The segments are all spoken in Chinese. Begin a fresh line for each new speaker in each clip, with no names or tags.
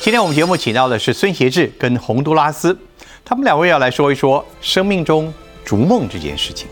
今天我们节目请到的是孙协志跟洪都拉斯，他们两位要来说一说生命中逐梦这件事情。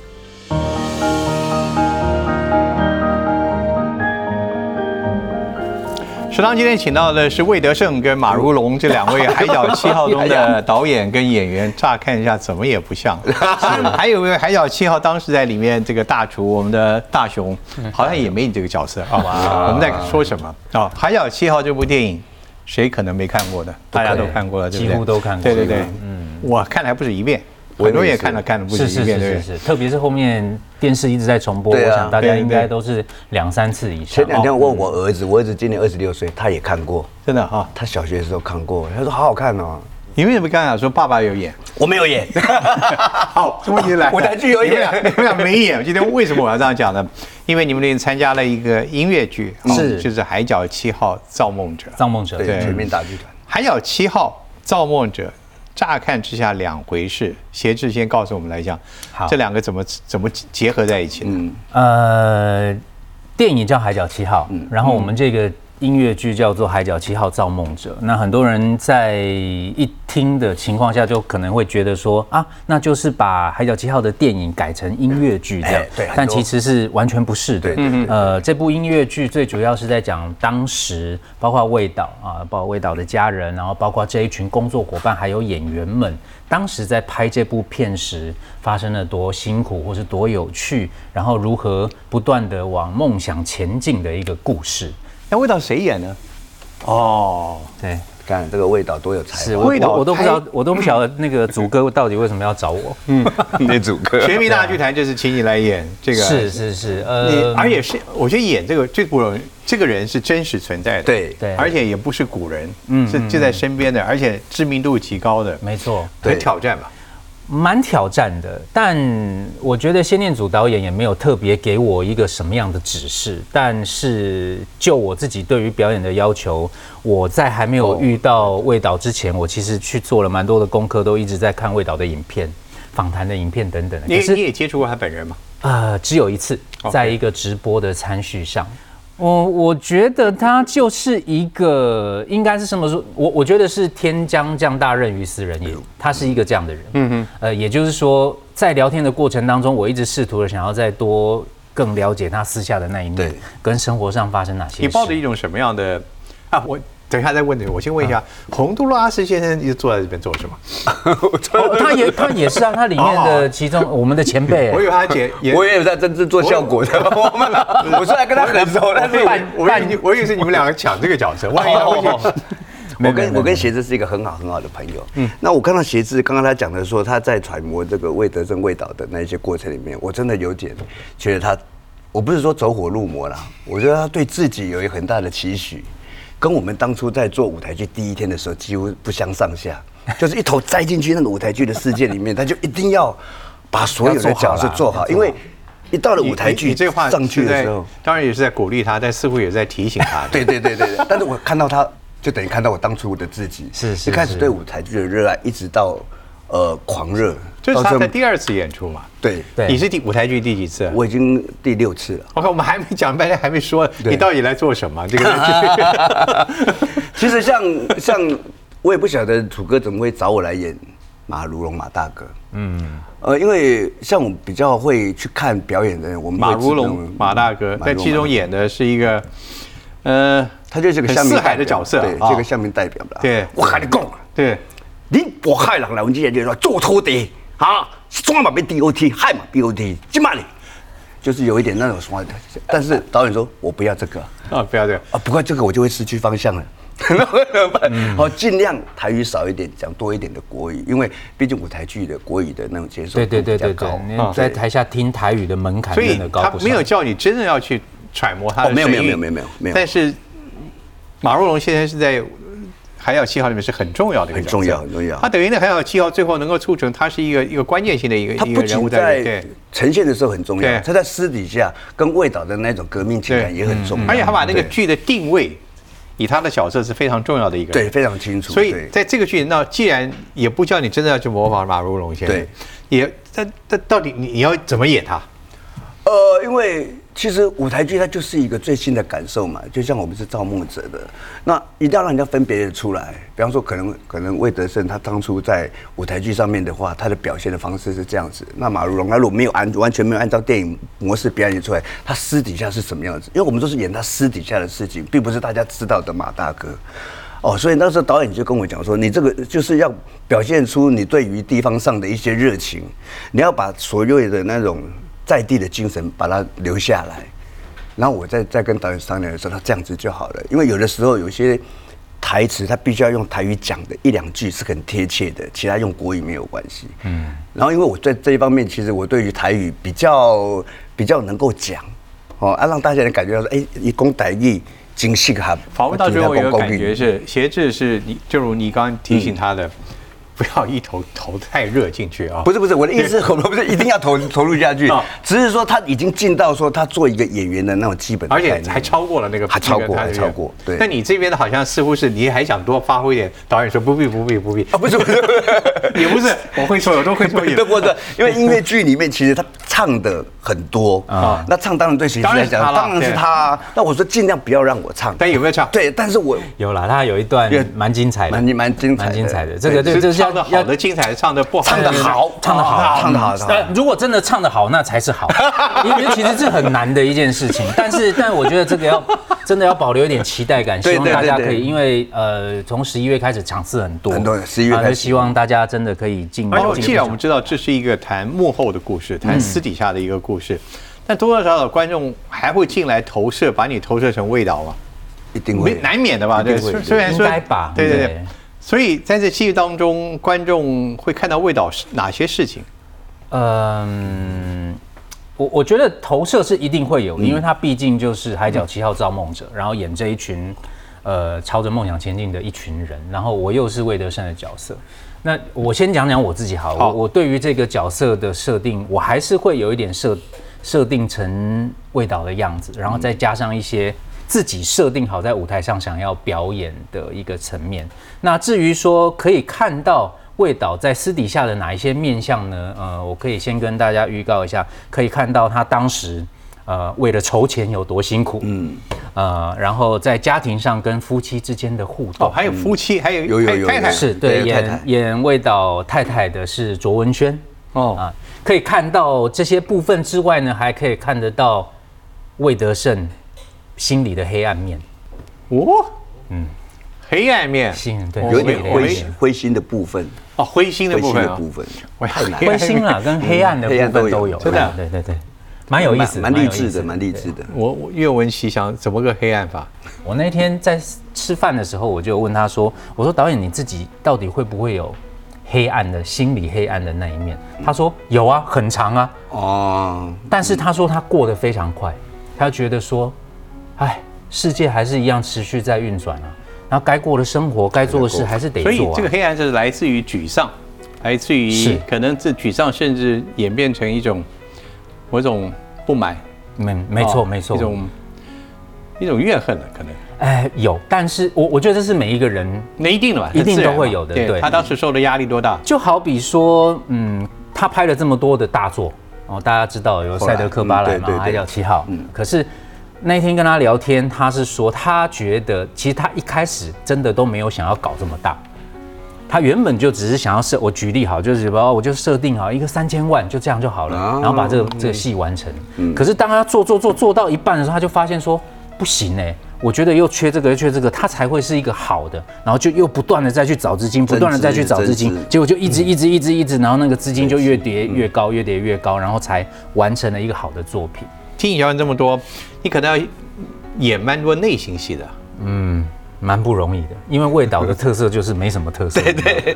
食堂今天请到的是魏德胜跟马如龙这两位《海角七号》中的导演跟演员，乍看一下怎么也不 像。其实还有一位《海角七号》当时在里面这个大厨，我们的大雄，
嗯
好像也没你这个角色啊。我们在说什么啊？《海角七号》这部电影，谁可能没看过的？大家都看过了，对不对？
几乎都看过
对对对
几乎，
嗯，我看了还不止一遍，
我也
很多人也
是
看了看了不止
是
一
是
遍，
是
对不
是
对？
是，特别是后面电视一直在重播，
对啊
我想大
对
家
对
应该都是两三次以上。哦
前两天问我儿子，我儿子今年二十六岁，他也看过，
真的哈，
他小学的时候看过，他说好好看哦。
你为什么刚才说爸爸有演？
我没有演，
好，终于来了
舞台剧有
你们俩
演
你们俩没演。今天为什么我要这样讲呢？因为你们那天参加了一个音乐剧，哦
是
就是《海角七号造梦者》。《
造梦者，
对，
对
全民大剧团。
海角七号造梦者》，乍看之下两回事。协志先告诉我们来讲
好，
这两个怎么怎么结合在一起呢？
嗯，
呃，电影叫《海角七号》，
嗯
然后我们这个音乐剧叫做《海角七号造梦者》。那很多人在一听的情况下，就可能会觉得说啊，那就是把《海角七号》的电影改成音乐剧这样
哎。对很
但
多
其实是完全不是的
对对。
呃，这部音乐剧最主要是在讲当时，包括魏导啊，包括魏导的家人，然后包括这一群工作伙伴，还有演员们，当时在拍这部片时发生了多辛苦，或是多有趣，然后如何不断的往梦想前进的一个故事。
那味道谁演呢？哦，
对，
看这个味道多有才
是
华，
我
魏导
我我都不知道
拍，
我都不晓得那个祖哥到底为什么要找我。
那组歌
全民大剧团就是请你来演这个，
是是是，
你
呃，
而且是我觉得演这个这个人这个人是真实存在的，
对
对
而且也不是古人，嗯，是就在身边的，而且知名度极高的，
没错，
对
很挑战吧？
蛮挑战的，但我觉得谢念祖导演也没有特别给我一个什么样的指示。但是就我自己对于表演的要求，我在还没有遇到魏导之前，我其实去做了蛮多的功课，都一直在看魏导的影片、访谈的影片等等的。
你
可是
你也接触过他本人吗？
呃，只有一次，
OK
在一个直播的餐序上。我我觉得他就是一个，应该是什么说？我我觉得是天将降大任于斯人
嗯
也，他是一个这样的人。嗯嗯。呃，也就是说，在聊天的过程当中，我一直试图的想要再多更了解他私下的那一面
对，
跟生活上发生哪些事。哦
你抱着一种什么样的啊？我等一下再问你，我先问一下，洪都拉斯先生一直坐在这边做什么？
哦他也他也是啊，他里面的其 中我们的前辈
哦我以为他姐 也
我。也有在真正做效果的，我们我虽然跟他很熟，但是
我以为我以为你我以为是你们两个抢这个角 色，万一他会去
我跟我跟鞋子是一个很好很好的朋友。嗯，那我看到鞋子刚刚他讲的说他在揣摩这个魏德胜、魏导的那一些过程里面，我真的有点觉得他，我不是说走火入魔啦，我觉得他对自己有一个很大的期许，跟我们当初在做舞台剧第一天的时候几乎不相上下，就是一头栽进去那个舞台剧的世界里面，他就一定要把所有的角色做好，因为一到了舞台
你
剧
你这话
上去
是
的
在
时候，
当然也是在鼓励他，但似乎也是在提醒他。
对对对对对。但是我看到他，就等于看到我当初的自己，
是是
一开始
是
对舞台剧的热爱，一直到呃狂热，
这是
到
他
这
在第二次演出嘛？
对
对
你是第舞台剧第几次啊？
我已经第六次了。
我看我们还没讲半天，还没说
对
你到底来做什么？这 个
其实像像我也不晓得楚哥怎么会找我来演马如龙马大哥，嗯，呃，因为像我比较会去看表演的人，我们
马
会知
如
道
龙马大哥
马
在
如龙
其中
马
演的是一个，呃，
他就是个
很
乡民
四
代表
海的角色，
对，
啊
这个乡民代表了。
对
我喊你讲啊。
对，
你渤海人啦，阮即个就说做土地啊，山嘛要 DOT，海嘛 BOT，即嘛呢，就是有一点那种什么，但是导演说我不要这个
啊，不要这个。
啊，不过这个我就会失去方向了。 那我怎么办？好，尽量台语少一点，讲多一点的国语，因为毕竟舞台剧的国语的那种接受
对
度
对对
比较
对对
高，。啊
你在台下听台语的门槛
哦所
真
以
的高
他
不少。
没有叫你真的要去揣摩他的
哦没有
声音
没有没有没有没有
但是马若龙先生是在《海角七号》里面是很重要的一个
很
角色，
重要很重要
他等于那《海角七号》最后能够促成他是一个一个关键性的一个
他
一
不
个人
仅
物在里面
在呈现的时候很重
对
要，他在私底下跟魏导的那种革命情
对
感也很
嗯
重要，
而且他把那个
对
剧的定位，以他的角色是非常重要的一个人
对非常清楚，
所以
对
在这个剧，那既然也不叫你真的要去模仿马如龙先生
对，
也但但到底你你要怎么演他？
呃，因为其实舞台剧它就是一个最新的感受嘛，就像我们是造梦者的，那一定要让人家分别出来。比方说，可能可能魏德胜他当初在舞台剧上面的话，他的表现的方式是这样子。那马如龙他如果没有按完全没有按照电影模式表演出来，他私底下是什么样子？因为我们都是演他私底下的事情，并不是大家知道的马大哥。哦，所以那时候导演就跟我讲说，你这个就是要表现出你对于地方上的一些热情，你要把所有的那种在地的精神把它留下来。然后我再再跟导演商量的时候，他这样子就好了，因为有的时候有些台词他必须要用台语讲的一两句是很贴切的，其他用国语没有关系。嗯，然后因为我在这一方面，其实我对于台语比较比较能够讲，哦，啊让大家感觉到说，哎，一公台语。精细哈，
访问到最后一个感觉是，协志是你，就如你刚刚提醒他的，不要一头投太热进去啊。
嗯不是不是，我的意思是，我们不是一定要投投入下去，只是说他已经进到说他做一个演员的那种基本的
而
概念，
且还超过了那个，
还超过
那个
还超过对
那你这边的好像似乎是你还想多发挥一点，导演说不必不必不必，
啊，不是不是，不是
也 不是，我会说，我都会说
对
有。
不对？因为音乐剧里面其实他唱的很多啊，那唱当然对谁
当然
来
是他
讲
啦
当然是
对
他啊。那我说尽量不要让我唱，
但有没有唱？
对，但是我
有啦，他有一段蛮精彩的，
蛮蛮精彩的
蛮精彩的。这个
对
对，这
是
是要
唱的好的精彩，唱的不好
唱得好
唱得
啊
好，
哦唱得好唱得好
但如果真的唱得好，那才是 好，因为其实是很难的一件事情。但是，但我觉得这个要真的要保留一点期待感，
对
希望大家
对对
可
对
以，因为呃，从十一月开始场次很多，
很多11月
啊
开
就
始
希望大家真的可以进。
而且我
进
既然我们知道这是一个谈幕后的故事，
嗯
谈私底下的一个故事，但多多少少观众还会进来投射，把你投射成味道嘛，
一定
没
会
难免的吧？对，
一定会
虽虽然说
应该吧
对对对
对。
所以在这戏剧当中，观众会看到味道是哪些事情？
嗯，我我觉得投射是一定会有的，因为他毕竟就是《海角七号》造梦者，然后演这一群呃朝着梦想前进的一群人，然后我又是魏德胜的角色。那我先讲讲我自己好了，
好
我我对于这个角色的设定，我还是会有一点设设定成魏导的样子，然后再加上一些自己设定好在舞台上想要表演的一个层面。那至于说可以看到魏导在私底下的哪一些面相呢？呃，我可以先跟大家预告一下，可以看到他当时。呃，为了筹钱有多辛苦，嗯，呃，然后在家庭上跟夫妻之间的互动，
哦，还有夫妻，还有
有有
还
有
太太
嗯
有
是
对
对
太太
演演魏导太太的是卓文萱
哦
啊，可以看到这些部分之外呢，还可以看得到魏德胜心里的黑暗 面，
哦，嗯，黑暗面，
心对
我
有
没
一点
我
灰
没
心灰心的部分，
哦，灰心的
灰
部
心
分
的
啊，
部分，
我太难
灰心啊跟黑暗的
嗯黑暗
部分都
都有
有，
真的啊
对对对，蛮有意思的，
蛮蛮励志
有意思
的，蛮励志的。
我我愿闻其详，怎么个黑暗法？
我那天在吃饭的时候，我就问他说：“我说导演你自己到底会不会有黑暗的心理黑暗的那一面？”他说：“有啊，很长啊。”
哦，
但是他说他过得非常快，他觉得说，哎，世界还是一样持续在运转啊，然后该过的生活、该做的事还是得
所以
做啊
这个。黑暗是来自于沮丧，来自于
是
可能这沮丧甚至演变成一种某种不满，
没嗯没错
哦
没错
一，种一种怨恨了，啊可能
哎有，但是我我觉得这是每一个人，
那一定的吧，
一
很
定
自然嘛
都会有的对
他当时受的压力多大？
就好比说，嗯，他拍了这么多的大作，哦，大家知道有《
后来
赛德克巴莱》
嗯
嘛，
对对
《
对
海角七号》，
嗯
可是。那一天跟他聊天，他是说他觉得其实他一开始真的都没有想要搞这么大，他原本就只是想要设，我举例好，就是把我就设定好一个三千万，就这样就好了，
啊嗯
然后把这个这个戏完成。可是当他做做做做到一半的时候，他就发现说不行哎、我觉得又缺这个又缺这个，他才会是一个好的，然后就又不断的再去找资金，不断的再去找资金
增资，嗯
结果就一直一直一直一直，然后那个资金就越叠越高，越叠越高，然后才完成了一个好的作品。
听你讲完这么多，你可能要演蛮多内心戏的。
蛮不容易的，因为味道的特色就是没什么特色。对对。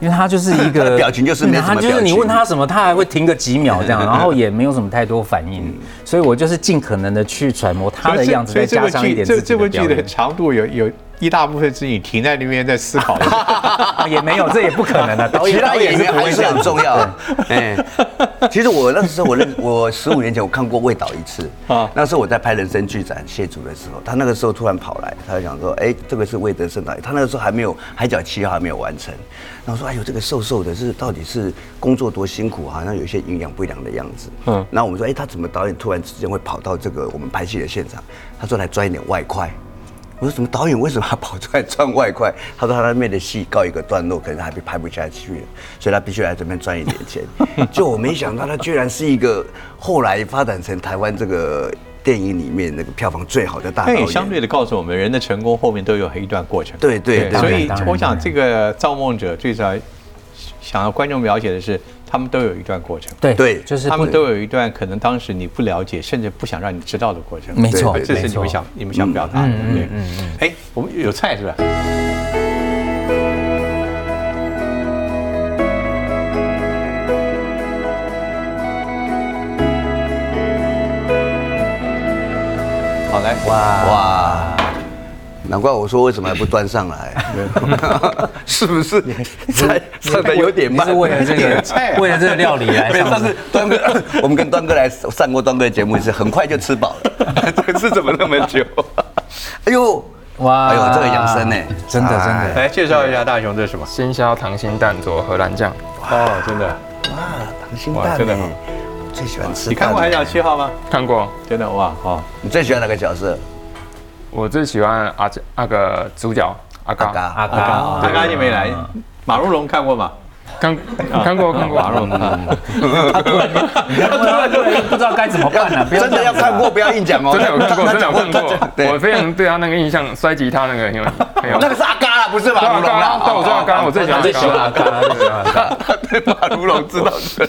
因为他就是一
他
个
的表情就是没什么
他就
表
是
情
你问他什么，他还会停个几秒这样，然后也没有什么太多反应，所以我就是尽可能的去揣摩他的样子，
所
再
以这
加
部
上一
剧
点
这
自
这
己
部
的
剧
表
的
演，
长度有有一大部分是你停在那边在思考的。
啊也没有，这也不可能啊的。导
其
演导
他
演
演
是
员
不
还
会
是
这样
很
做。
重要。哎，其实我那时候我认我十五年前我看过魏导一次
啊
啊，那时候我在拍人生剧展谢主的时候，他那个时候突然跑来，他就想说，哎，这个是魏德胜导演，他那个时候还没有《海角七号》还没有完成，然后说，哎呦，这个瘦瘦的是到底是工作多辛苦，好像有一些营养不良的样子。嗯，然后我们说，哎，他怎么导演突然之间会跑到这个我们拍戏的现场？他说来赚一点外快。我说什么导演为什么要跑出来赚外快？他说他那边的戏告一个段落，可能还被拍不下去了，所以他必须来这边赚一点钱。 就我没想到他居然是一个后来发展成台湾这个电影里面那个票房最好的大导
但也
演。
相对的告诉我们，人的成功后面都有一段过程。
对对对
所以
当然
我想
当然
这个造梦者最少想要观众了解的是，他们都有一段过程。
对
对
就是
他
不
们都有一段可能当时你不了解，甚至不想让你知道的过程。
没错
哦这是
没
你
错
们想你们想表达的，对不对？哎，我们有菜是吧？好来，
哇哇！难怪我说为什么还不端上来， 是不是？才上的有点
你是
慢。哎
为了这
点菜啊
个为了这个料理来
没有，上
上
次端哥， 我们跟端哥来上过端哥的节目一次，很快就吃饱了。这次怎么那么久？哎呦，
哇
哎呦，这个养生呢，
真的真的
来介绍一下大雄这是什么？
生肖溏心蛋佐荷兰酱，
哦，真的，
哇，溏心
哇
蛋
真的
呢
好，
最喜欢吃。
你看过《海角？七号》吗？
看过。
真的哇，哦，
你最喜欢哪个角色？
我最喜欢阿那个主角阿
嘎
嘎，
阿
嘎。
嘎
阿刚就没来，马如龙看过吗？
看看过看过。
马如龙看过。
不知道该怎么办啊 了，不要
真的要看过，不要硬讲哦。
真的有看过，
他
真的有看
他讲
过，我
对，
非常对他那个印象，摔吉他那个很有很有。
那个是阿嘎啦，不是马如龙啦。
对我知道阿嘎
哦哦
我最喜欢
最喜欢阿嘎，最喜欢 阿嘎。
对马如龙知道的。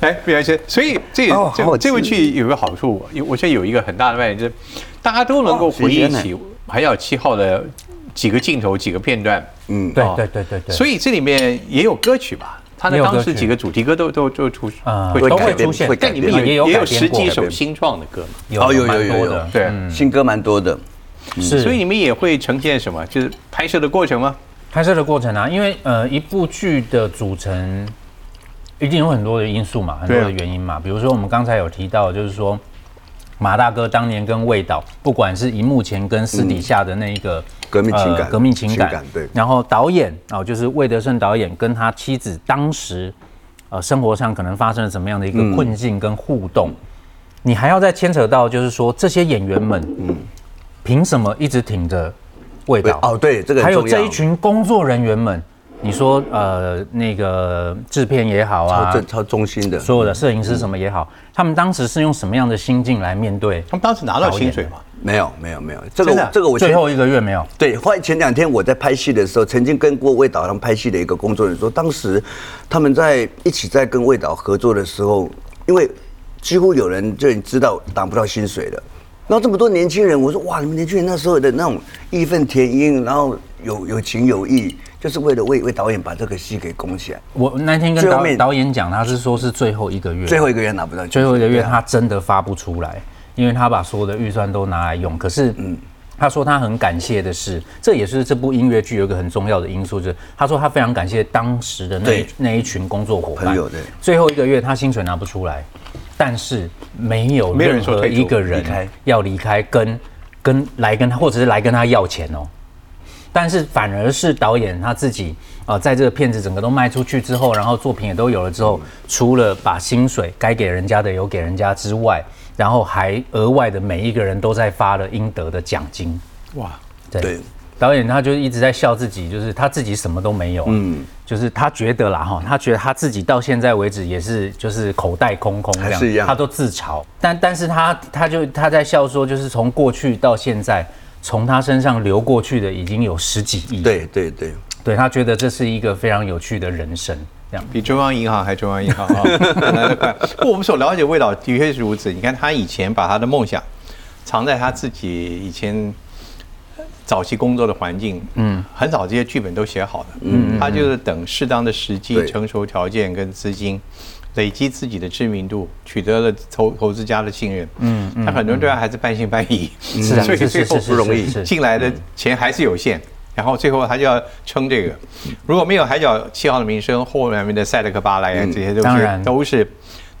哎，不要先，所以这
哦
这
好好吃
这回去有个好处，有我觉得有一个很大的卖点，就是大家都能够回忆
哦时
起《海角七号》的几个镜头、几个片段，
嗯，
对对对对对，
所以这里面也有歌曲吧？他
也
的
有歌
当时
曲
几个主题歌都都都出
啊
会
都
改
会
编
出现
会改
但你们
编
有啊
也有
也有
改编
十
过
几
改
首
编
新创的歌嘛？
哦有有
蛮
有
多
有
的，
对，
新歌蛮多的。
是
所以你们也会呈现什么？就是拍摄的过程吗？
拍摄的过程啊，因为呃，一部剧的组成一定有很多的因素嘛，很多
对啊
的原因嘛。比如说我们刚才有提到，就是说马大哥当年跟魏导，不管是荧幕前跟私底下的那一个、
嗯
呃
革命情感
革命情感，
情感对
然后导演啊、哦就是魏德胜导演跟他妻子当时呃生活上可能发生了什么样的一
嗯
个困境跟互动，你还要再牵扯到就是说这些演员们，凭什么一直挺着魏导？
嗯哦，对，这个很
还有
重要
这一群工作人员们，你说呃那个制片也好
超
啊，
正超中心的，
所有的摄影师什么也好，他们当时是用什么样的心境来面对？
他们当时拿到薪水吗？
没有没有没有，这
真的
个
啊
这个我
最
前
后一个月没有，
对，后来前两天我在拍戏的时候，曾经跟过魏导他们拍戏的一个工作人员说，当时他们在一起在跟魏导合作的时候，因为几乎有人就已经知道拿不到薪水了。然后这么多年轻人，我说哇，你们年轻人那时候的那种义愤填膺，然后有有情有义，就是为了为为导演把这个戏给拱起来。
我那天跟
最后
导
面
导演讲，他是说是最后一个月，
最后一个月拿不到薪水，
最后一个月
对啊
他真的发不出来，因为他把所有的预算都拿来用。可是，他说他很感谢的是，这也是这部音乐剧有一个很重要的因素，就是他说他非常感谢当时的那一
对
那一群工作伙
朋
伴
友对。
最后一个月他薪水拿不出来，但是没有
没有人
任
说
何
退
一
出
个
离
人
开
要离开，跟跟来跟他或者是来跟他要钱哦。但是反而是导演他自己，呃，在这个片子整个都卖出去之后，然后作品也都有了之后，除了把薪水该给人家的有给人家之外，然后还额外的每一个人都在发了应得的奖金。
哇，
对
导演他就一直在笑自己，就是他自己什么都没有，嗯，就是他觉得啦哈，他觉得他自己到现在为止也是就是口袋空空这
还是一样
他都自嘲，但但是他他就他在笑说，就是从过去到现在，从他身上流过去的已经有十几亿，，
对对对，
对他觉得这是一个非常有趣的人生，这样
比中央银行还中央银行啊，来得快。不过我们所了解魏导的确是如此。你看他以前把他的梦想藏在他自己以前早期工作的环境，嗯，很早这些剧本都写好的，嗯，他就是等适当的时机、
对
成熟条件跟资金。累积自己的知名度，取得了投投资家的信任。嗯，但很多人对他还是半信半疑，
是啊
所以
是
最
是
后
是
不
是
容易
是嗯是
进来的钱还是有限，然后最后他就要撑这个。如果没有海角七号的名声，后面的塞德克巴莱啊这些都
嗯当
是
然
都是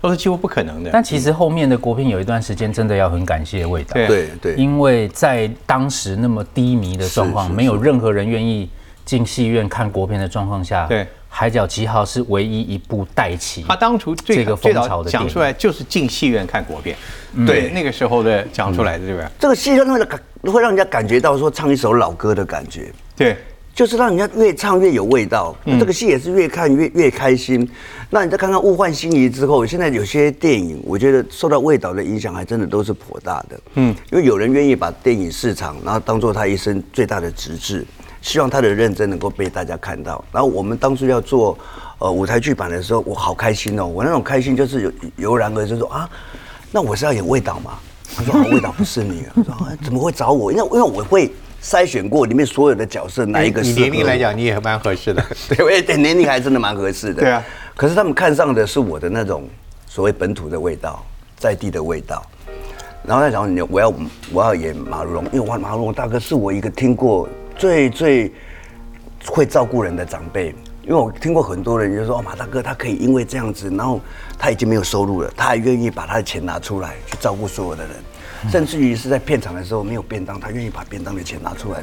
都是几乎不可能的。
但其实后面的国片有一段时间真的要很感谢味道，
对
对对，
因为在当时那么低迷的状
是
况，
是
没有任何人愿意进戏院看国片的状况下，
对
《海角七号》是唯一一部带起
他当初最
这个
最
风潮
早
的嗯
讲出来就是进戏院看国片，对那个时候的讲出来的对吧？
这个戏让那个感会让人家感觉到说唱一首老歌的感觉。
对，
就是让人家越唱越有味道。这个戏也是越看越越开心。那你再看看《物换星移》之后，现在有些电影，我觉得受到味道的影响，还真的都是颇大的。嗯，因为有人愿意把电影市场，然后当做他一生最大的职志，希望他的认真能够被大家看到。然后我们当初要做呃舞台剧版的时候，我好开心哦！我那种开心就是有油然而生说啊，那我是要演味道嘛。他说：“啊，味道不是你。”啊。我说：“啊，怎么会找我？因为因为我会筛选过里面所有的角色，哪一个
你
适合
年龄
我
来讲你也蛮合适的，
对，我也对年龄还真的蛮合适的。
对啊，
可是他们看上的是我的那种所谓本土的味道，在地的味道。然后在想，你我要我要演马如龙，因为我马如龙大哥是我一个听过最最会照顾人的长辈。因为我听过很多人就说，哦，马大哥他可以因为这样子，然后他已经没有收入了，他还愿意把他的钱拿出来去照顾所有的人，
嗯
甚至于是在片场的时候没有便当，他愿意把便当的钱拿出来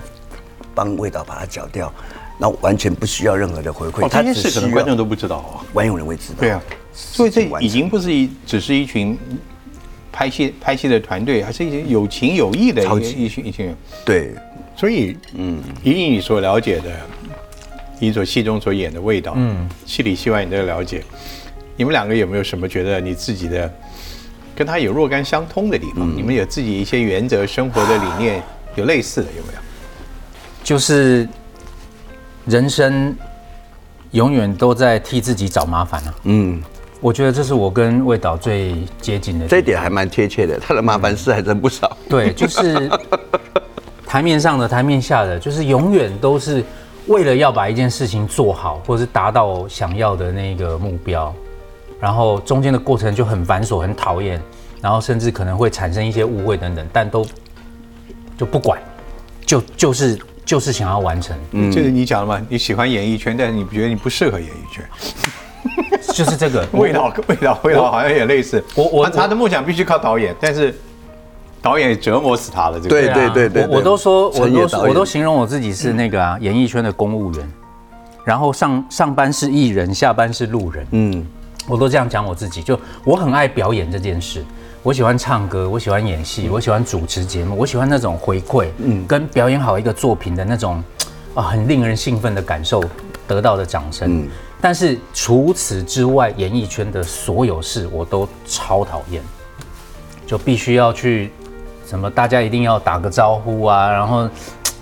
帮味道把它搅掉，那完全不需要任何的回馈，
哦，这件
只
事可能
需
观众
要
都不知道哦。
网友人会知道。
对啊，所以这
完成
已经不是一只是一群拍戏拍戏的团队，而是一群有情有义的
超
一
级
一群一群人。
对
所以，嗯，以你所了解的，你所戏中所演的味道，嗯，戏里戏外你都有了解。你们两个有没有什么觉得你自己的跟他有若干相通的地
嗯
方？你们有自己一些原则、生活的理
啊
念有类似的有没有？
就是人生永远都在替自己找麻烦啊。
嗯，
我觉得这是我跟魏导最接近的地方。
这一点还蛮贴切的，他的麻烦事还真不少。
对，就是台面上的、台面下的，就是永远都是为了要把一件事情做好，或是达到想要的那个目标，然后中间的过程就很繁琐、很讨厌，然后甚至可能会产生一些误会等等，但都就不管，就就是就是想要完成，
就是你讲了嘛，你喜欢演艺圈，但是你觉得你不适合演艺圈。
就是这 个
味道，味道，味道好像也类似。
我我
他他的梦想必须靠导演，但是导演也折磨死他了，这个
对
啊
对对
我我
对
都说，我
陈野
都
导
说
演
我都形容我自己是那个啊，演艺圈的公务员，然后上上班是艺人，下班是路人，
嗯，
我都这样讲我自己，就我很爱表演这件事。我喜欢唱歌，我喜欢演戏，我喜欢主持节目，我喜欢那种回馈，嗯，跟表演好一个作品的那种，啊，很令人兴奋的感受，得到的掌声。
嗯
但是除此之外，演艺圈的所有事我都超讨厌。就必须要去什么，大家一定要打个招呼啊，然后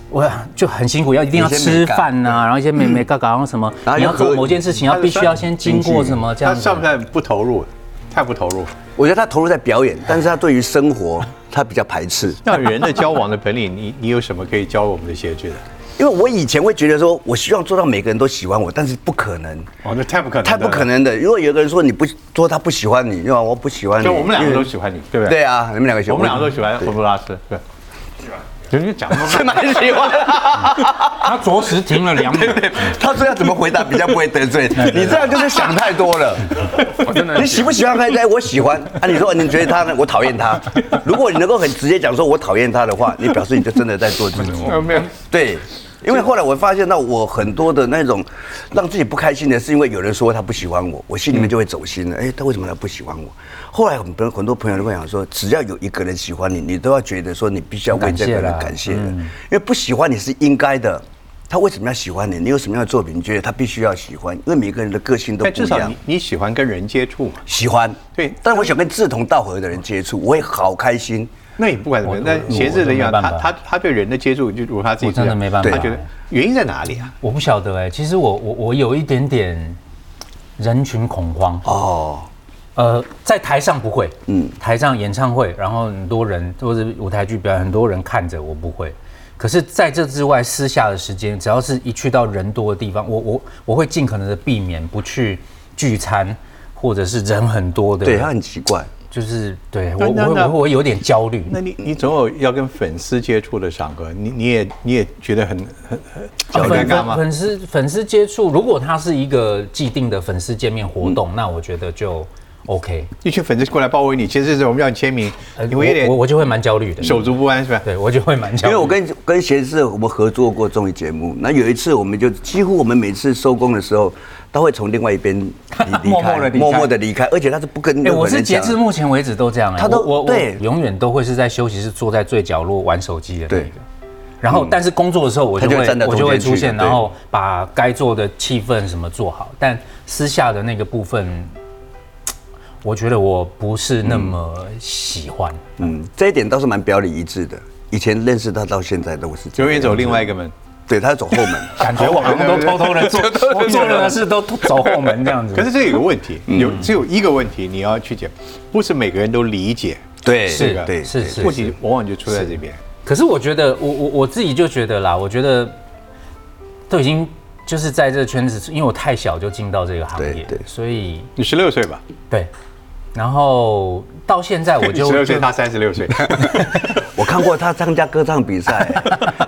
我就很辛苦，要一定要
有些美
吃
感嗯
饭呐、啊然后一些美美嘎嘎，然后什么，
然后
你
又
要做
喝
某件事情，要必须要先经过什么这样
他
子
算。不算不投入？太不投入。
我觉得他投入在表演，但是他对于生活他比较排斥。
那人的交往的本领，你你有什么可以教我们的写剧的？
因为我以前会觉得说，我希望做到每个人都喜欢我，但是不可能，
哦，那太不可能，
太不可。能的。如果有个人说你不说他不喜欢你，因为我不喜欢你，
就我们两个
因
都
为
喜欢你，对不对？
对啊，你们两个喜
我
欢，
们两个都喜欢洪都拉斯，对。人家讲
是蛮喜欢。
他着实停了两秒，
他说要怎么回答比较不会 得罪你，这样就是想太多了。
我真的很
你喜不喜欢？哎，我喜欢。啊，你说你觉得他呢？我讨厌他。如果你能够很直接讲说我讨厌他的话，你表示你就真的在做自己。
没有。
对，因为后来我发现到我很多的那种让自己不开心的，是因为有人说他不喜欢我，我心里面就会走心
嗯
了。哎，他为什么他不喜欢我？后来很多很多朋友都会讲说，只要有一个人喜欢你，你都要觉得说你必须要为这个人感谢的，
嗯
因为不喜欢你是应该的。他为什么要喜欢你？你有什么样的作品，你觉得他必须要喜欢？因为每个人的个性都
但
不
哎至
一
少
样
你。你喜欢跟人接触嘛？
喜欢，
对
但我想跟志同道合的人接触，我也好开心。
那也不管怎么样，
我
那
我
鞋子的一样，
我都没
他
办法
他他对人的接触，就如他自己
我真的
这样
没办法
他觉得原因在哪里啊？
我不晓得哎、其实我我我有一点点人群恐慌。
哦，
呃，在台上不会，嗯，台上演唱会，然后很多人或者舞台剧表演，很多人看着我不会。可是在这之外，私下的时间，只要是一去到人多的地方，我我我会尽可能的避免不去聚餐，或者是人很多的，
对他很奇怪。
就是对
那
我我
那
会
那
我会我有点焦虑。
那你你总有要跟粉丝接触的场合，你你也你也觉得很很很小尴
粉
尬
粉
吗？
粉
嗯
丝粉丝接触，如果它是一个既定的粉丝见面活动，那我觉得就 OK，
一群粉丝过来包围你，其实是我们要你签名，
呃
你会有点
我我我就会蛮焦虑的，
手足不安是吧？
对我就会蛮焦
因
虑。哎
为我跟跟鞋子我们合作过综艺节目，那有一次我们就几乎我们每次收工的时候，他会从另外一边离
默默地离开
默默的离开，而且他是不跟任
哎、
何
我是
人
截
讲。
至目前为止都这样、哎，
他都
我我我
对
永远都会是在休息室坐在最角落玩手机的那
对嗯
个。然后，但是工作的时候我就
他就
会
会站在
我
中
就会
间去
出现，
对
然后把该做的气氛什么做好，但私下的那个部分，我觉得我不是那么喜欢。
嗯，这一点倒是蛮表里一致的。以前认识他到现在都是这
永
样
远走另外一个门。
对他走后 门。
感觉我好像都偷偷的做，我做任何事都走后门这样子。
嗯可是这有个问题，
嗯
有只有一个问题你要去解，不是每个人都理解，
对，
是啊
的，对，
是是
问题往往就出在这边。
可是我觉得，我我我自己就觉得啦，我觉得都已经就是在这个圈子，因为我太小就进到这个行业，
对对
所以
你十六岁吧，
对，然后到现在我
你十
就
六岁，他三十六 岁，
我看过他参加歌唱比赛，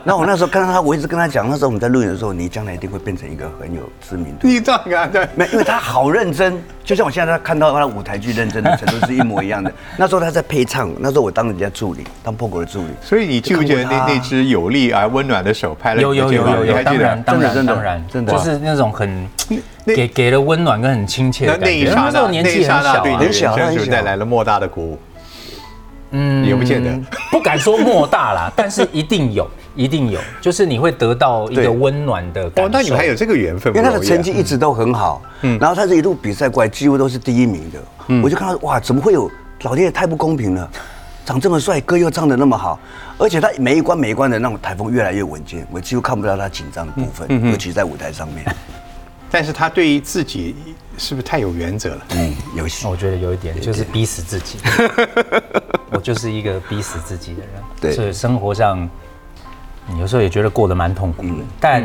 那我那时候看到他，我一直跟他讲，那时候我们在录影的时候，你将来一定会变成一个很有知名度。
你这样啊？对，
没，因为他好认真，就像我现在看到他的舞台剧认真的程度是一模 一样的。那时候他在配唱，那时候我当人家助理，当破狗的助理。
嗯
所以你记不记得
看过
那
他
那只有力而温暖的手拍了
啊有
你的
有
肩
有
膀
有
你还
有，当
记
然
得？
当然
真的
当然，
真的
就是那种很
那
给给了温暖跟很亲切
那
的感
那一
觉。
刹
那时
那，
候年
那
纪
一
很
刹那
小
对
啊
你，的人
很
生
小
是不是
很小
带来了莫大的鼓舞，
嗯
也不见得。
不敢说莫大啦，但是一定有， 一定有，就是你会得到一
对
个温暖的感
哦
受。，
那你们还有这个缘分，
因为他的
不容易啊
成绩一直都很好，
嗯
然后他这一路比赛过来几乎都是第一名的，我就看到哇，怎么会有老天爷太不公平了，长这么帅，歌又唱得那么好，而且他每一关每一关的那种台风越来越稳健，我几乎看不到他紧张的部分，
嗯
尤其在舞台上 面，
但是他对于自己是不是太有原则了？
嗯，有戏，
我觉得有一点就是逼死自己， 我就是一个逼死自己的人。
对
所以生活上，嗯有时候也觉得过得蛮痛苦
嗯
的。但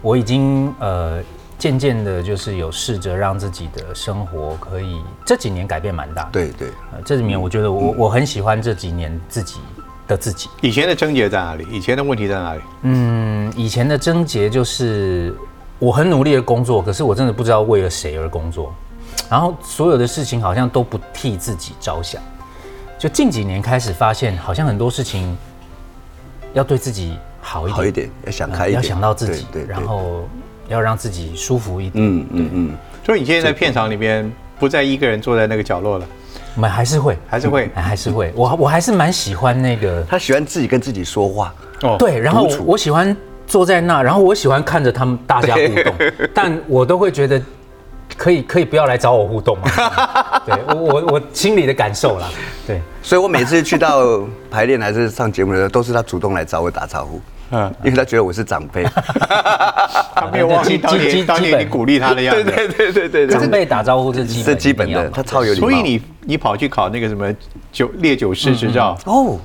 我已经呃，渐渐的，就是有试着让自己的生活可以这几年改变蛮大的。
对对，
呃，这里面我觉得
嗯
我、我很喜欢这几年自己的自己。
以前的症结在哪里？以前的问题在哪里？
嗯，以前的症结就是我很努力的工作，可是我真的不知道为了谁而工作，然后所有的事情好像都不替自己着想。就近几年开始发现，好像很多事情要对自己好一点，
好一点，要想
呃
开一
要
点，
想到自己，
对对，对
然后要让自己舒服一点。
嗯嗯嗯，
所以你现在在片场里面不再一个人坐在那个角落了，
我们还是会，
还是会
哎还是会，我我还是蛮喜欢那个，
他喜欢自己跟自己说话，
哦
对，然后
独处
我喜欢坐在那，然后我喜欢看着他们大家互动， 但我都会觉得可以可以不要来找我互动嘛。 对我我我心里的感受啦，对，
所以我每次去到排练还是上节目的时候，都是他主动来找我打招呼，嗯，因为他觉得我是 长辈。
他没有忘记
基
当
基
年
基
当年
本
你鼓励他的样子。
对对对对
长辈打招呼这基
这
本
基本的，
他
他超有礼貌。
所以你你跑去考那个什么酒烈酒师执照，
嗯
哦，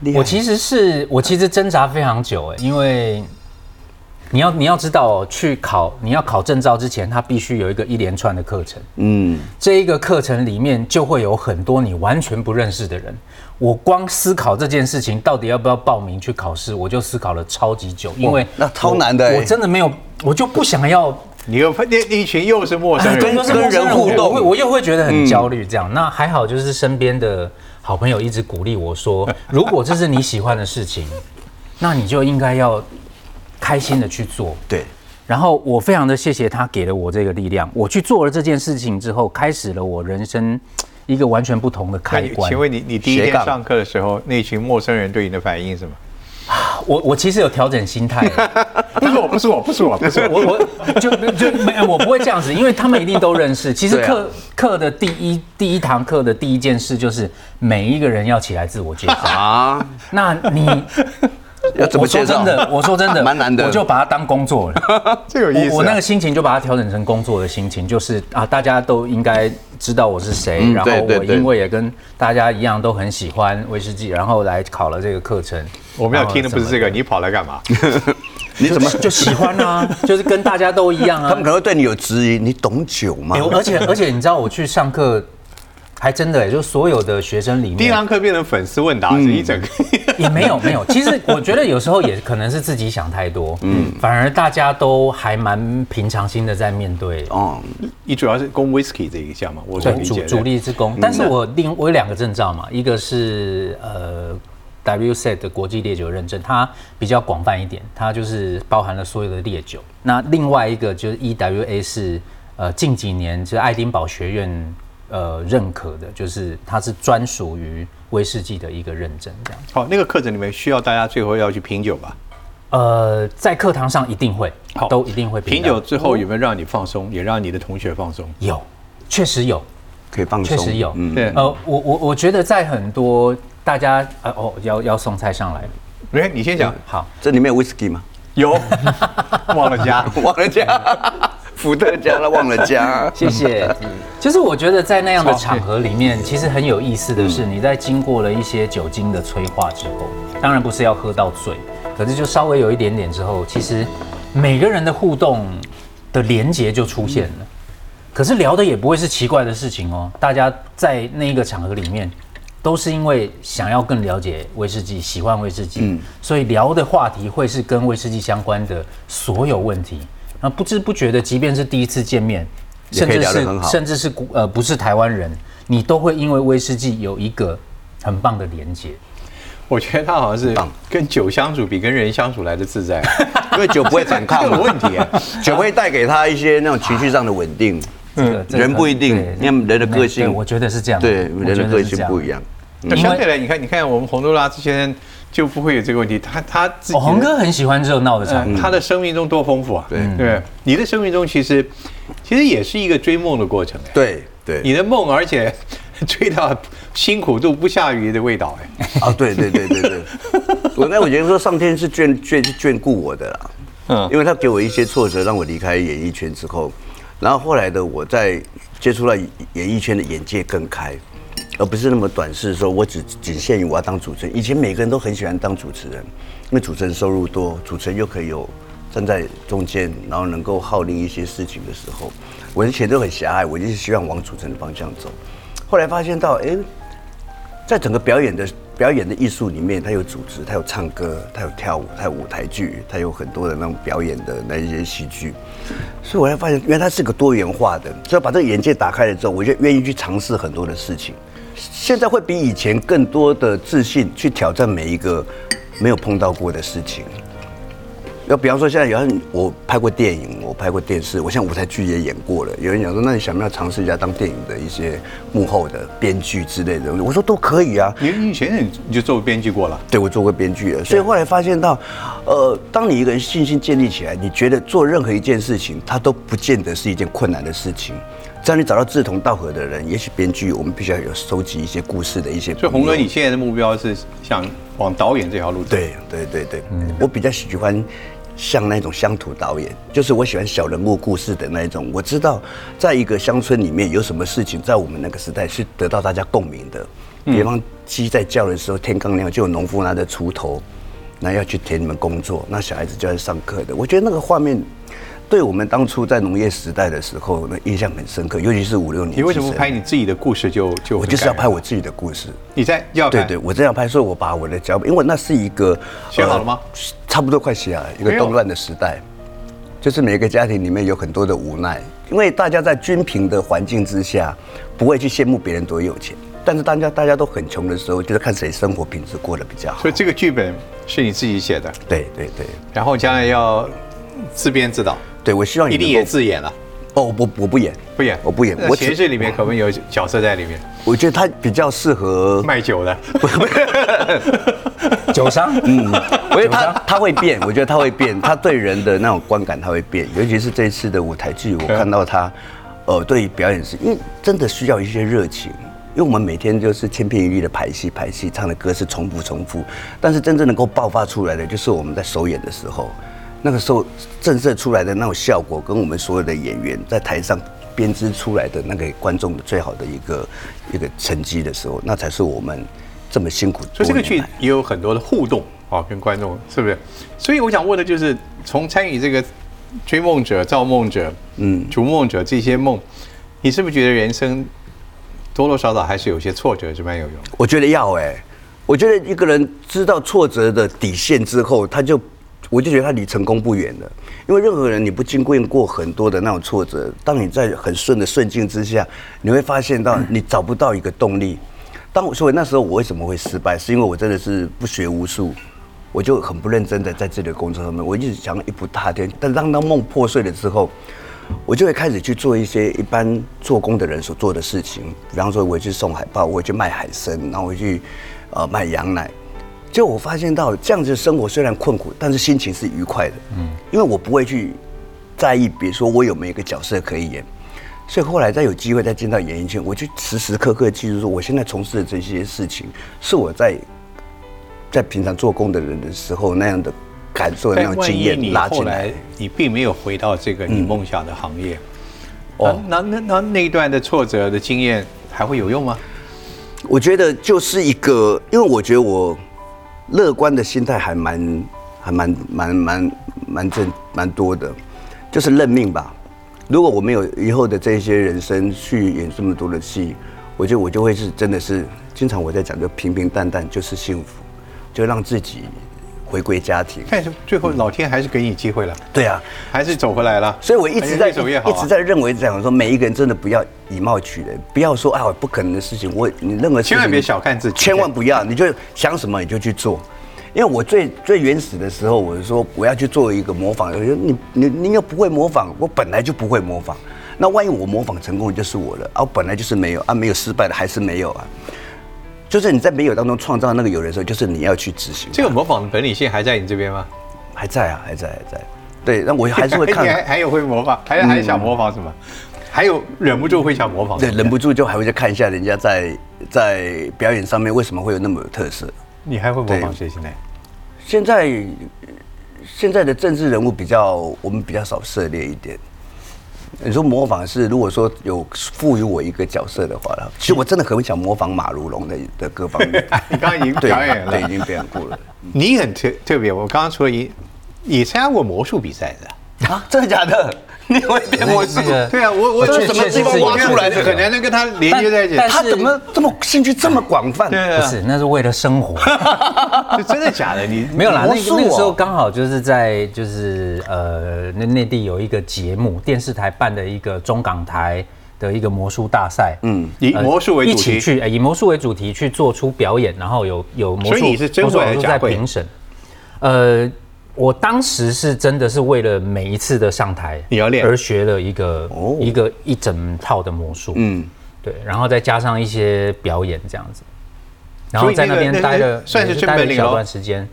厉害
我其实是我其实挣扎非常久哎、因为。你要你要知道哦，去考你要考证照之前，他必须有一个一连串的课程。
嗯，
这一个课程里面就会有很多你完全不认识的人。我光思考这件事情到底要不要报名去考试，我就思考了超级久，因为
那超难的
我
欸
我真的没有，我就不想要呃
你又发现那一群又是陌生
跟
人，
跟人互动嗯
我会我又会觉得很焦虑。这样，那还好，就是身边的好朋友一直鼓励我说，如果这是你喜欢的事情，那你就应该要开心的去做。
对，
然后我非常的谢谢他给了我这个力量。我去做了这件事情之后，开始了我人生一个完全不同的
那
开
你哎
关。
请问你你第一
斜
天
杠
上课的时候，那群陌生人对你的反应是什么？
我我其实有调整心 态，
不是我，不是我，不是我，不是我。
我我就就没我不会这样子，因为他们一定都认识。其实
对啊
课课的第一第一堂课的第一件事就是每一个人要起来自我介绍。
啊，
那你
要怎么
我说
介绍
真的，我说真的，
蛮难的
我就把它当工作了。
这有意思啊
我我那个心情就把它调整成工作的心情，就是啊，大家都应该知道我是谁，
嗯
然后
对对
我
对
因为也跟大家一样都很喜欢威士忌，然后来考了这个课程。
我们要听的
然后
不是这个，你跑来干嘛？
你怎么？
就喜欢啊，就是跟大家都一样啊。哎
他们可能会对你有质疑，你懂酒吗
哎？我而且而且你知道我去上课，还真的耶，就所有的学生里面，
第一啊堂课变成粉丝问答
嗯
是一整个，
也没有没有，其实我觉得有时候也可能是自己想太多，嗯，反而大家都还蛮平常心的在面对
哦，
你主要是攻 whisky 这一项嘛，我所
对
理
主
解的嗯
主力之功。但是我另我有两个证照嘛，一个是呃 WSET 的国际烈酒认证，它比较广泛一点，它就是包含了所有的烈酒。那另外一个就是 EWA 是呃近几年就是爱丁堡学院呃认可的，就是它是专属于威士忌的一个认证这样。
好，那个课程里面需要大家最后要去品酒吧，
呃，在课堂上一定会，
好
都一定会
品
到
酒最后有没有让你放松，也让你的同学放松？
有，确实有。
可以放
确
松，嗯
实有，
对
呃，我我我觉得在很多大家呃哦要要送菜上来了，
没，哎你先讲，
好，
这里面有 whisky 吗？
有 忘了加，
忘了加， 伏特加了忘了加，
谢谢。其实嗯我觉得在那样的场合里面，其实很有意思的是，你在经过了一些酒精的催化之后，当然不是要喝到醉，可是就稍微有一点点之后，其实每个人的互动的连结就出现了。可是聊的也不会是奇怪的事情哦，大家在那一个场合里面，都是因为想要更了解威士忌，喜欢威士忌，
嗯
所以聊的话题会是跟威士忌相关的所有问题。那不知不觉的，即便是第一次见面，
也
甚
可以
至
聊得
是
很好
甚至是古呃不是台湾人，你都会因为威士忌有一个很棒的连接。
我觉得他好像是跟酒相处比跟人相处来的自在，
嗯因为酒不会反 抗
这
嘛，
个有问题耶
欸
酒会带给他一些那种情绪上的稳 定。
嗯，这个
人不一定
对
因为人的个性
对我觉得是这样的，
对，
我
人
觉
的
得
个
是这
性不一样。
那
因
相
为
对来，你看，你看我们洪都拉斯先生就不会有这个问题，他他自己
哦，洪哥很喜欢热闹的场合
嗯，他的生命中多丰富啊！对对，你的生命中其实其实也是一个追梦的过程哎，
对对，
你的梦，而且 追到辛苦度不下雨的味道哎，
啊，对对对对对，我那我觉得说上天是眷眷眷顾我的啦，
嗯
嗯，因为他给我一些挫折，让我离开演艺圈之后，然后后来的我在接触到演艺圈的眼界更开，而不是那么短视，说我只仅限于我要当主持人。以前每个人都很喜欢当主持人，因为主持人收入多，主持人又可以有站在中间，然后能够号令一些事情的时候，我以前都很狭隘，我就是希望往主持人的方向走。后来发现到，哎、在整个表演的表演的艺术里面，它有组织，它有唱歌，它有跳舞，它有舞台剧，它有很多的那种表演的那一些戏剧，所以我才发现，原来它是个多元化的。所以把这个眼界打开了之后，我就愿意去尝试很多的事情。现在会比以前更多的自信去挑战每一个没有碰到过的事情。要比方说，现在有人我拍过电影，我拍过电视，我现在舞台剧也演过了。有人讲说，那你想不想尝试一下当电影的一些幕后的编剧之类的？我说都可以啊。
你你以前你你就做编剧过了，
对我做过编剧了，啊所以后来发现到，呃，当你一个人信心建立起来，你觉得做任何一件事情，它都不见得是一件困难的事情。只要你找到志同道合的人，也许编剧我们必须要有收集一些故事的一些朋
所
友。
以洪哥，你现在的目标是想往导演这条路走，
对对对对，
嗯
我比较喜欢像那种乡土导演，就是我喜欢小人物故事的那一种。我知道，在一个乡村里面有什么事情，在我们那个时代是得到大家共鸣的。
嗯
比方鸡在叫的时候，天刚亮就有农夫拿着锄头，那要去田里面工作，那小孩子就要去上课的。我觉得那个画面。对我们当初在农业时代的时候，那印象很深刻，尤其是五六年。
你为什么不拍？你自己的故事就就
我
很
就是要
感
拍
人
我自己的故事。
你在要
对
拍
对，我这样拍，所以我把我的脚本，因为那是一个
写好了吗
呃差不多快写好了，一
哎
个
呦
动乱的时代，就是每个家庭里面有很多的无奈，因为大家在均平的环境之下，不会去羡慕别人多有钱，但是大家大家都很穷的时候，就是看谁生活品质过得比较好
所以。这个剧本是你自己写的，
对对对
然后将来要自编自导，
对，我希望
一
你
定
能
也
够
自演了，
哦，我不我不演，哦
不演
我不演，
那
我
前世里面可能有角色在里面
我觉得他比较适合
卖酒的，
酒 商，嗯，
我觉得他他会变，我觉得他会变，他对人的那种观感他会变，尤其是这一次的舞台剧，我看到他，呃，对于表演是，因为真的需要一些热情，因为我们每天就是千篇一律的排戏排戏，唱的歌是重复重复，但是真正能够爆发出来的，就是我们在首演的时候，那个时候震慑出来的那种效果，跟我们所有的演员在台上。编织出来的那个观众的最好的一个一个成绩的时候，那才是我们这么辛苦。
所以这个剧也有很多的互动啊，跟观众是不是？所以我想问的就是，从参与这个追梦者、造梦者、嗯、逐梦者这些梦，你是不是觉得人生多多少少还是有些挫折是蛮有用的。
我觉得要哎、我觉得一个人知道挫折的底线之后，他就，我就觉得他离成功不远了。因为任何人你不经过过很多的那种挫折，当你在很顺的顺境之下，你会发现到你找不到一个动力。当我所以那时候我为什么会失败，是因为我真的是不学无术。我就很不认真的在自己的工作上面，我一直想要一步踏天。但当当梦破碎了之后，我就会开始去做一些一般做工的人所做的事情，比方说我去送海报，我会去卖海参，然后我去呃卖羊奶。就我发现到这样子的生活虽然困苦，但是心情是愉快的。嗯，因为我不会去在意，比如说我有没有一个角色可以演。所以后来再有机会再进到演艺圈，我就时时刻刻记住说，我现在从事的这些事情是我在在平常做工的人的时候那样的感受、那
但
样的
万
经
一
验
你
拉
后
进
来
来。
你并没有回到这个你梦想的行业，哦，那那那那一段的挫折的经验还会有用吗？
我觉得就是一个，因为我觉得我乐观的心态还蛮、还蛮、蛮、蛮、蛮正、蛮多的，就是认命吧。如果我没有以后的这些人生去演这么多的戏，我觉得我就会是真的是，经常我在讲，就平平淡淡就是幸福，就让自己回归家 庭。
但是最后老天还是给你机会了，
对啊，
还是走回来了。
所以我一直在
越走越好、啊，
一直在认为讲说，每一个人真的不要以貌取人，不要说啊不可能的事情，我你任何事情
千万别小看自己
千万不要，你就想什么你就去做。因为我最最原始的时候，我是说我要去做一个模仿，我说你你你又不会模仿，我本来就不会模仿，那万一我模仿成功就是我了啊，我本来就是没有啊，没有失败的还是没有啊，就是你在没有当中创造那个有的时候，就是你要去执行 它，
这个模仿的本领性还在你这边吗？
还在啊，还在还在，对，那我还是会 看
你还还有会模仿，还还
嗯
想模仿什么？还有忍不住会想模仿的。
对，忍不住就还会去看一下人家在在表演上面为什么会有那么有特色。
你还会模仿谁？
对
现在。
现在呃现在的政治人物比较，我们比较少涉猎一点。你说模仿是，如果说有赋予我一个角色的话了，其实我真的很想模仿马如龙的的各方面
你刚刚已经
对
表演了
对，已经表演过了。
你很特特别，我刚刚说你，你参加过魔术比赛的？
啊，真的假的？你会变魔术
那？个
对啊，我我
确
有什么
确实
地方
是有
挖出来的，很难能跟他连接在一起。
但
他怎么这么兴趣这么广泛？
对
不
啊，
是，那是为了生活。
是真的假的？你 啊
没有啦， 那
魔术
个那个时候
哦
刚好就是在就是呃那内地有一个节目，电视台办的一个中港台的一个魔术大赛，嗯，
以魔术为
一
主
起
题，
去、呃以魔术为主题去做出表演，然后有有魔
所以
术
你是真
魔术
会还
老
是
师
假
在
会
评审，呃。我当时是真的是为了每一次的上台，
你要练哦
而学了一个、一个一整套的魔术，嗯，对，然后再加上一些表演这样子，然后在那边
所以那个
待
那
了
个算是
也
真
待了
本
一
领
小
咯
段时间，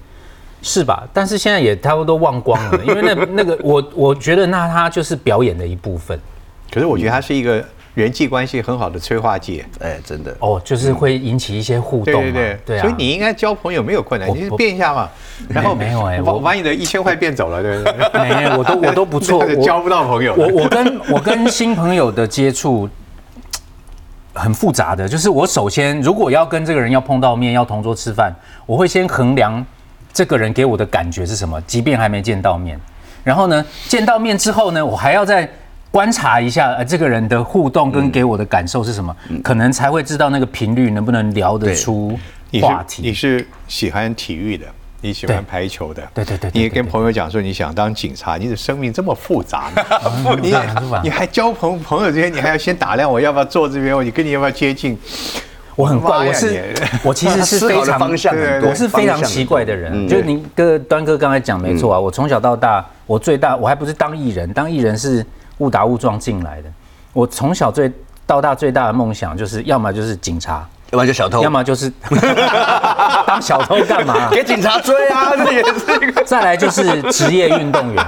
是吧？但是现在也差不多忘光了，因为那那个我我觉得那它就是表演的一部分
可是我觉得它是一个人际关系很好的催化剂。
哎，真的。
哦，就是会引起一些互
对
动
嗯对
嘛，
对，
啊，
所以你应该交朋友没有困难，
我
你就是
我
变一下嘛，然后
没有哎
把
我
把你的一千块变走了，对不对？
没哎有，我都 我都不 错，
那就
我
交不到朋友了
我我跟我跟新朋友的接触很复杂的，就是我首先如果要跟这个人要碰到面，要同桌吃饭，我会先衡量这个人给我的感觉是什么，即便还没见到面。然后呢，见到面之后呢，我还要再观察一下呃这个人的互动
嗯
跟给我的感受是什么，可能才会知道那个频率能不能聊得
对
出
你是
话
你
题。
是喜欢体育的，你喜欢排球的，
对对对对
你也
对
跟
对
朋友讲说你想当警察，你的生命这么复杂 呢，复
杂是吧
你还交朋朋友之间，你还要先打量我要不要坐这边，我你跟你要不要接近？
我很怪，
妈呀
我
哎
是
你
我其实是
思考
非
的
常
方向很嗯
对对
多
我是非常奇怪的人，就您哥端哥刚才讲没错啊，我从小到大，我最大我还不是当艺人，当艺人是误打误撞进来的。我从小最到大最大的梦想就是，要么就是警察，
要不然就小偷，
要么就是 当小偷干 嘛？
给警察追啊，这也是一个。
再来就是职业运动 员，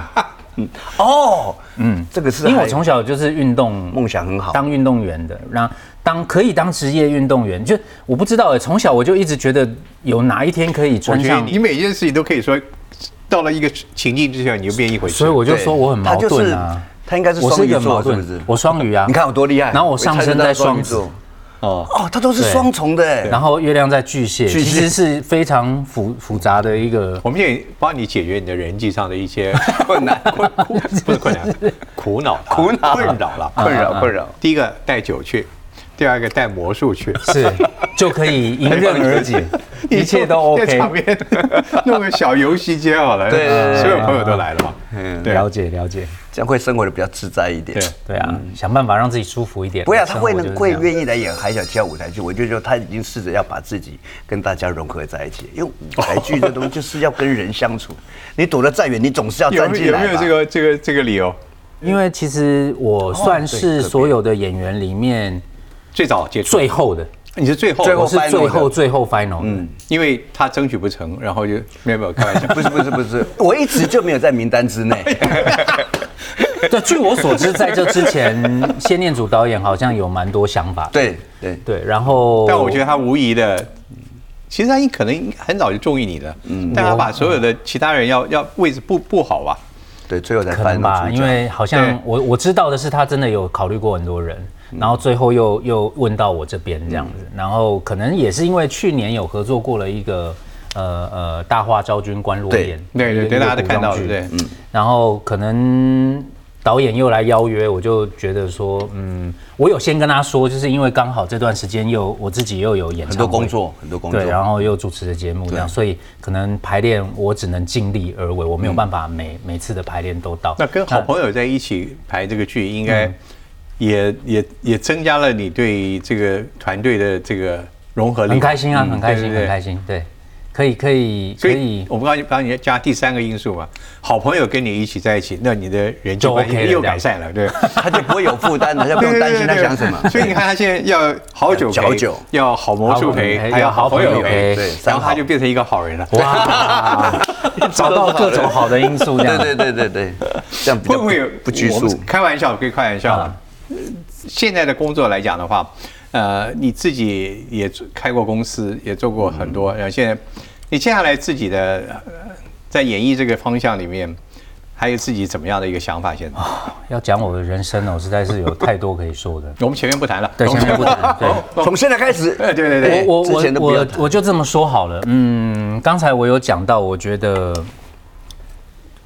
哦，嗯，这个是
因为我
还
从小就是运动
梦想很好，
当运动员的，让当可以当职业运动员，就我不知道哎，从小我就一直觉得有哪一天可以
我
穿
觉得
上
你每件事情都可以说，到了一个情境之下，你就变一回事。
所以我就
对
说我很矛盾啊。
他应该是
我是
双
一
鱼
个矛
座，是不
盾，
是？
我双鱼啊。
你看我多厉害，
然后我上升在双子，
哦，
哦，他都是
对
双重的哎，
然
后
后月亮在巨蟹，
巨
其
蟹
实是非常复复杂的一 个。
我们也帮你解决你的人际上的一 些困难、困苦
嗯
不是困难、苦恼、苦恼、困扰了。
困扰困扰。
第一个带酒去，第二个带魔术去，
是就可以迎刃而 解，一切 都
你就在
OK。
场边弄个小游戏街好了，
对对 对对
所有朋友都来了嘛，对
嗯了解了解，
这样会生活的比较自在一点
对。
对啊，想办法让自己舒服一点。
嗯不啊要，他会能会
越
愿意来演海角七号舞台剧，我就觉得他已经试着要把自己跟大家融合在一起，因为舞台剧这东西就是要跟人 相处，你躲得再远，你总是要
有
站
没
进
有有
来
没有
吧
这。个这个这个理由？
因为其实我算是所有的演员里
哦
面
最早接触，
最后的，
你是最后，
最
我
后
是
final
最
的嗯
后最后 final 的。
因为他争取不成，然后就没有没有 开玩笑，
不是不是不是，我一直就没有在名单之 内。
对，据我所知，在这之前， 谢念祖导演好像有蛮多想法。
对对，
对，然后
但我觉得他无疑的，其实他可能很早就中意你了，但他把所有的其他人要要位置不不好啊吧？
对，最后才
可
翻
能吧，
了主
因
角。
为好像
对嗯
我我知道的是，他真的有考虑过很多人，然后最后又又问到我这边这样子，然后可能也是因为去年有合作过了一个呃呃大话昭君观落雁，
对对
一个
对，大家都看到，对
一个古
不
装剧
对？嗯
然后可能导演又来邀约，我就觉得说，嗯，我有先跟他说，就是因为刚好这段时间又我自己又有演
很
唱
多
会
工作，很多工作。
对，然后又主持的节目这样，
对
所以可能排练我只能尽力而为，我没有办法每、每次的排练都到。
那跟好朋友在一起排这个剧，应该也也也增加了你对这个团队的这个融合力，
很开心啊，
嗯
很开心，
对对
很开
对。
心，对，可以可以可
所
以
以，我们刚才刚才加第三个因素嘛，好朋友跟你一起在一起，那你的人际
就
关系
OK 了
又
这样
改善了，对。
他就不会有负担，他就不
对
用
对
担
对
心
对
他想什 么。
所以你看，他现在要好酒
要
陪
好酒，
要好魔术陪，
好
还要好朋友
好朋友
陪
陪，
对
然
三
后
好
他就变成一个好人了。
哇，找到各种好的因素这
对
样。
对对对对，这样比
会
较
不会有
不拘
我们
束？
开玩笑，可以开玩笑了。呃现在的工作来讲的话，呃，你自己也做开过公司，也做过很多，然后现在你接下来自己的呃在演艺这个方向里面，还有自己怎么样的一个想法？现在。
要讲我的人生哦，实在是有太多可以说的
我们前面不谈了，
对，
我
先
们
不谈。对，
从现在开始，
哎 对对对
哎
我
之前都
我
不要
我
谈
我就这么说好了。嗯，刚才我有讲到，我觉得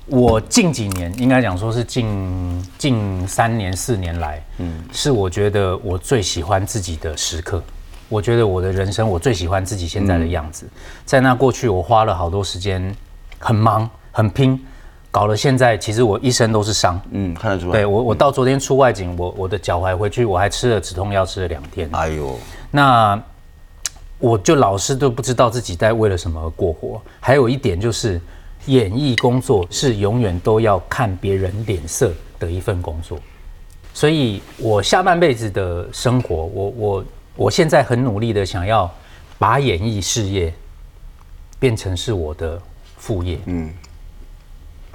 我近几年应该讲说是近近三年四年来，嗯，是我觉得我最喜欢自己的时刻。我觉得我的人生，我最喜欢自己现在的样
嗯
子。在那过去，我花了好多时间，很忙很拼，搞了现在，其实我一身都是伤。
嗯，看得出来。
对我，我到昨天出外景，我我的脚踝回去，我还吃了止痛药，吃了两天。
哎呦，
那我就老是都不知道自己在为了什么而过活。还有一点就是，演艺工作是永远都要看别人脸色的一份工作，所以我下半辈子的生活，我我我现在很努力的想要把演艺事业变成是我的副业，嗯。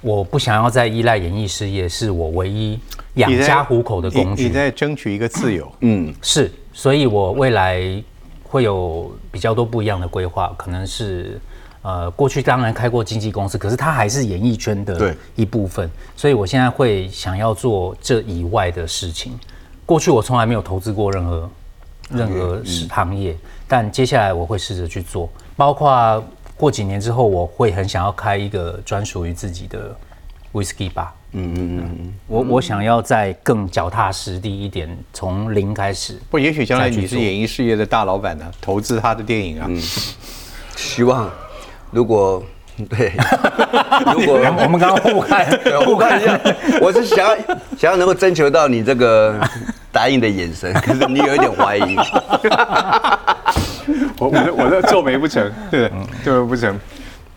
我不想要再依赖演艺事业，是我唯一养
你在
家糊口的工具。
你你在争取一个自由，嗯，
是，所以我未来会有比较多不一样的规划，可能是呃，过去当然开过经纪公司，可是它还是演艺圈的
对
一部分，所以我现在会想要做这以外的事情。过去我从来没有投资过任何任何是行业，嗯但接下来我会试着去做，包括过几年之后，我会很想要开一个专属于自己的 whisky bar。我嗯我想要再更脚踏实地一点，从零开始。
不，也许将来你
再去
是
做嗯
演艺事业的大老板呢、投资他的电影啊，
希望如果 对，如果
我们刚刚互看，
对我看一 下，我是想要想要能够征求到你这个答应的眼神，可是你有一点怀疑。
我我的我的皱眉不成，对，
嗯
皱眉不成。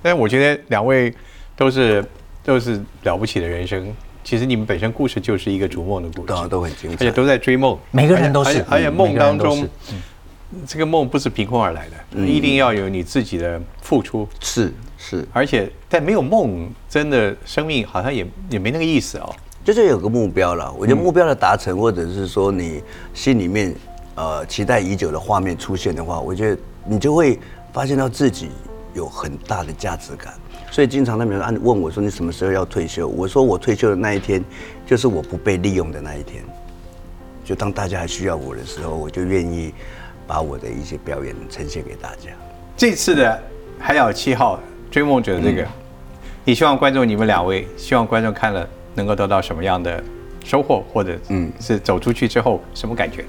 但我觉得两位都是都是了不起的人生。其实你们本身故事就是一个逐梦的故
对啊
事，
都很精
而
彩
且都在追梦，
每个人都是
而且而且而且
嗯
梦当
每个人
中
都，嗯
这个梦不是凭空而来的，一定要有你自己的付出。
是是，
而且，但没有梦，真的生命好像也也没那个意思哦。
就是有个目标了。我觉得目标的达成，或者是说你心里面呃期待已久的画面出现的话，我觉得你就会发现到自己有很大的价值感。所以经常他们按问我说你什么时候要退休？我说我退休的那一天，就是我不被利用的那一天。就当大家还需要我的时候，我就愿意把我的一些表演呈现给大家。
这次的《海角七号》追梦者的
嗯
这个，你希望观众你们两位，希望观众看了能够得到什么样的收获，或者嗯是走出去之后什么感觉？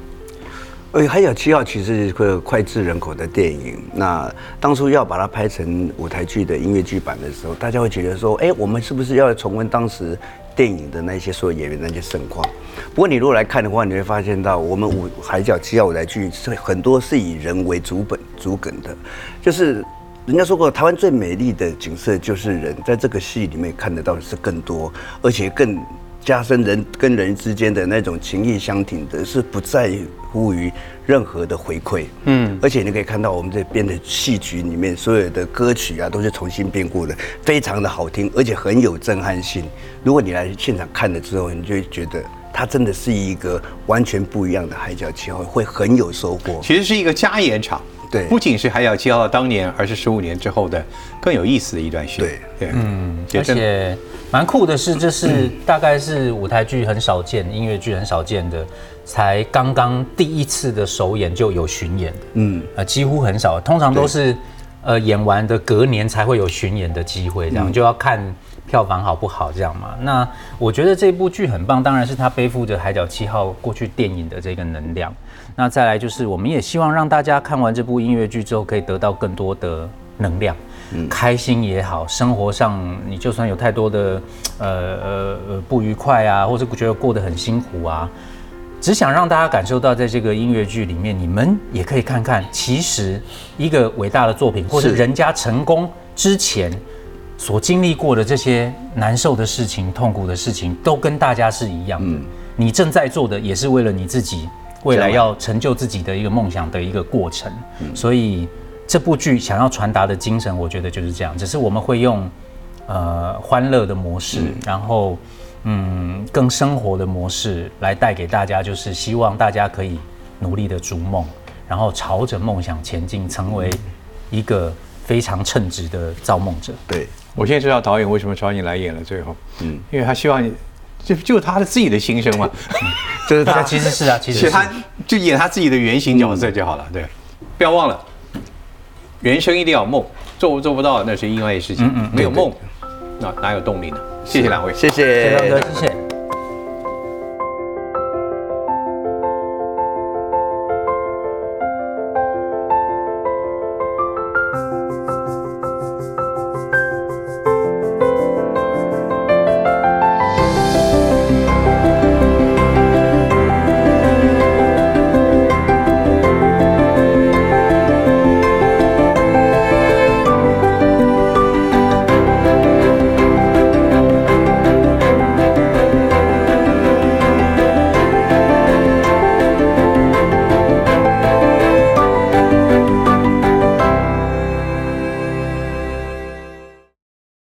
呃，还有七号其实是一个脍炙人口的电影。那当初要把它拍成舞台剧的音乐剧版的时候，大家会觉得说，哎、我们是不是要重温当时电影的那些所有演员那些盛况？不过你如果来看的话，你会发现到我们舞海角七号舞台剧是很多是以人为主本主梗的，就是人家说过，台湾最美丽的景色就是人，在这个戏里面看得到的是更多，而且更加深人跟人之间的那种情谊相挺的，是不在乎于任何的回馈。嗯，而且你可以看到我们这边的戏曲里面所有的歌曲啊，都是重新编过的，非常的好听，而且很有震撼性。如果你来现场看了之后，你就会觉得。它真的是一个完全不一样的海角七号，会很有收获。
其实是一个加演场。
对
不仅是海角七号当年，而是十五年之后的更有意思的一段戏。
对
对，嗯，
而且蛮酷的是，这是大概是舞台剧很少见，音乐剧很少见的，才刚刚第一次的首演就有巡演，嗯，呃，几乎很少，通常都是呃演完的隔年才会有巡演的机会，这样、就要看票房好不好这样嘛。那我觉得这部剧很棒，当然是它背负着《海角七号》过去电影的这个能量。那再来就是，我们也希望让大家看完这部音乐剧之后，可以得到更多的能量。开心也好，生活上你就算有太多的呃呃呃不愉快啊，或者觉得过得很辛苦啊，只想让大家感受到，在这个音乐剧里面，你们也可以看看，其实一个伟大的作品，或是人家成功之前所经历过的这些难受的事情、痛苦的事情，都跟大家是一样的。你正在做的也是为了你自己未来要成就自己的一个梦想的一个过程。所以这部剧想要传达的精神，我觉得就是这样。只是我们会用呃欢乐的模式，然后嗯更生活的模式来带给大家，就是希望大家可以努力的逐梦，然后朝着梦想前进，成为一个非常称职的造梦者。
对，
我现在知道导演为什么找你来演了，最后，嗯，因为他希望你，就就他的自己的心 声嘛，
就是
对
他
啊，其实是啊，其
其
实
实
是
他就演他自己的原型角色就好了，对，不要忘了，人生一定要有梦，做不做不
嗯
到那是另外的事情，没有梦，那哪有动力呢？谢谢两位，
谢谢
谢谢亮哥，谢谢。